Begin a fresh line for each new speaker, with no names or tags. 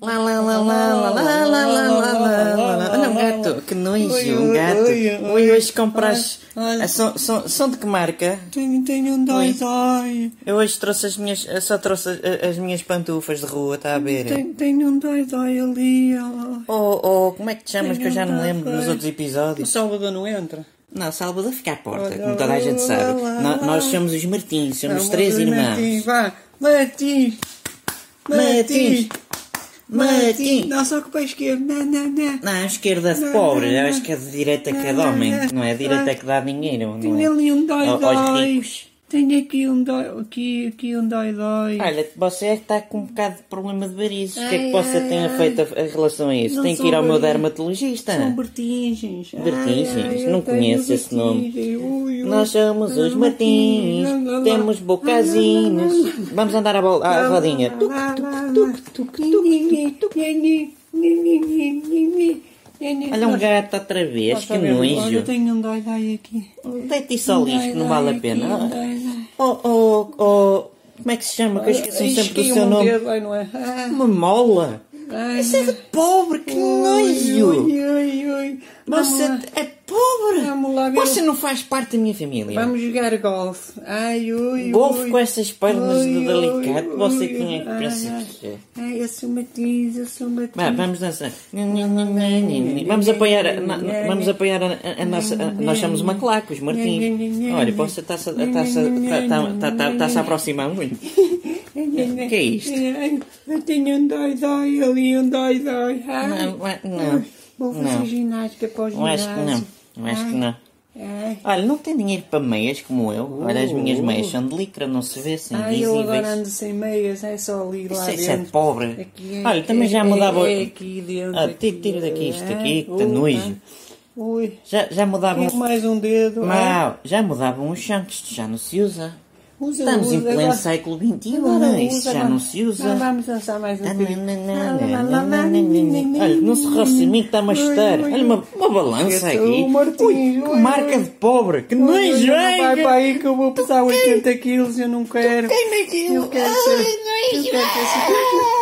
Ah, que nojo, um gato.
Oi, oi,
Ui, hoje compras.
Olha, olha.
Ah, são, são, são de que marca?
Tenho, tenho um dói,
Oi.
dói.
Eu hoje trouxe as minhas. eu Só trouxe as, as minhas pantufas de rua, está a ver?
Tenho, tenho um dói, dói ali. ó.
Oh, oh, como é que te chamas que
Tenho
eu já não
um
lembro
tapa.
dos outros
O
episódios?
Salvador não entra.
Não, Salvador fica à porta,
Olha,
como toda a gente
lá,
sabe.
lá,
No-
lá.
nós somos os Martins, somos
Vamos,
três
Martim,
irmãos.
vá. Martim.
Martim. Martim!
Não, só que para a esquerda. Não, não, não.
Não, a esquerda é de
Não,
pobre,
não,
eu
não.
acho que a direita que é de
Não, não,
homem,
não.
não é? A direita é que dá dinheiro, não
Tenho
é?
ali um dói,
Ó- aos
dói.
ricos.
Tenho aqui um dói, aqui, aqui um dói, dói.
Olha, você é que está com um bocado de problema de varizes. O que é que
Ai,
você
ai,
tenha
ai.
feito a- em relação a isso?
Não
Tem que
sou
ir ao meu
varizes.
dermatologista.
São vertigens. Ai,
Vertigens?
ai, eu
Não
tenho
conheço esse nome.
vertigens. Ui, ui.
Nós somos os Martins,
Lá, lá, lá.
temos bocazinhos. Vamos andar à, bola, à rodinha. Tuc, Olha um gato outra vez, que
Olha,
nojo.
eu tenho um dói dói aqui. Um
Deite isso ao
Dói,
lixo, não
dói
vale a
aqui, um
pena.
dói, dói.
Oh, oh, oh, como é que se chama? Que eu esqueço sempre do
Isquei
seu
um
nome.
dedo, ai, não é? Ah,
Uma mola.
ai,
Isso é de pobre, que é
ui,
nojo.
ui, ui, ui. Vamos
Você
lá.
é pobre.
Vamos lá ver
Você
o-
não faz parte da minha família.
Vamos jogar golfe. Ai, ui,
Golfe
ui.
com essas pernas
Ui,
de delicado.
ui,
Você
ui.
quem é que pensa que é?
Ai, eu sou Matiz, eu sou Matiz.
Vá, vamos dançar. Vamos apoiar, a- na- na- vamos apoiar a, a- a nossa. a- nós somos uma claque, os Martins. Olha, você está-se tá-, a aproximar muito. que é isto?
Ai, Eu tenho um dói, dói ali, um dói, dói. Ai,
Não, é, não,
Vou fazer
não.
ginástica para o
Eu acho
ginásio. É.
que não. Eu acho que
Ai,
não.
Ai,
Olha, não tem dinheiro para meias como eu. Olha, as minhas meias são de licra, não se vê, são
Oh. ai eu agora
invisíveis.
ando sem meias, é só ali lá
Isso é-
dentro.
isso é de pobre.
Aqui é-
Olha, também já
é-
mudava.
é aqui dentro.
Ah, tira tira daqui isto aqui, que está nojo.
Ui,
Já, já mudava
tem
um.
mais um dedo. ai.
Mau, já mudavam os santos, isto já não se usa.
Usa,
Estamos em
usa,
pleno
agora-
século XXI,
Agora
isso
usa,
já
agora-
não se usa. Tá,
Ah, vamos dançar mais um bocadinho.
Olha, não se roça em mim que está-me a chutar. Olha, uma, uma balança
Eu sou
aqui.
o Martim.
Ui, que
Ui,
marca
ui.
de pobre. Que
Ui,
nojo,
ui, não Vai
hein?
para aí que eu vou pesar 80 quilos, eu não quero.
Quem naquilo?
Eu quero ser-
Ai,
eu
nojo.
quero ter-